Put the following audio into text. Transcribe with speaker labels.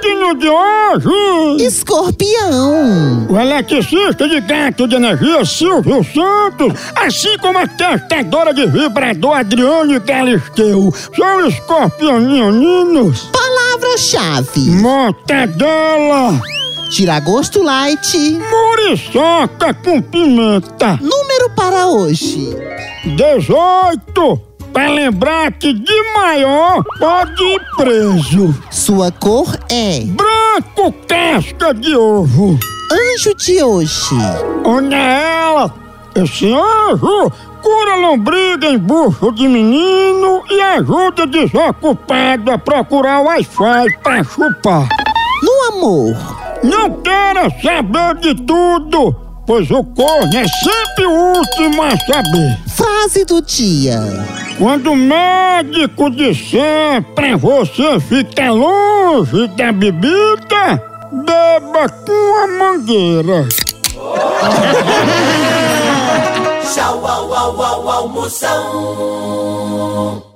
Speaker 1: Signo de hoje!
Speaker 2: Escorpião.
Speaker 1: O eletricista de gato de energia Silvio Santos, assim como a testadora de vibrador Adriane Galisteu, são escorpionianos.
Speaker 2: Palavra-chave.
Speaker 1: Mortadela,
Speaker 2: Tirar gosto light.
Speaker 1: muriçoca com pimenta.
Speaker 2: Número para hoje.
Speaker 1: 18. Pra lembrar que de maior pode ir preso.
Speaker 2: Sua cor é
Speaker 1: Branco casca de ovo.
Speaker 2: anjo de hoje.
Speaker 1: Olha é ela! Esse anjo cura lombriga em bucho de menino e ajuda desocupado a procurar Wi-Fi pra chupar.
Speaker 2: No amor.
Speaker 1: Não queira saber de tudo, pois o corno é sempre o último a saber.
Speaker 2: Frase do dia.
Speaker 1: Quando o médico disser pra você ficar longe da bebida, beba com a mangueira.
Speaker 3: Tchau, au, au, au, almoção.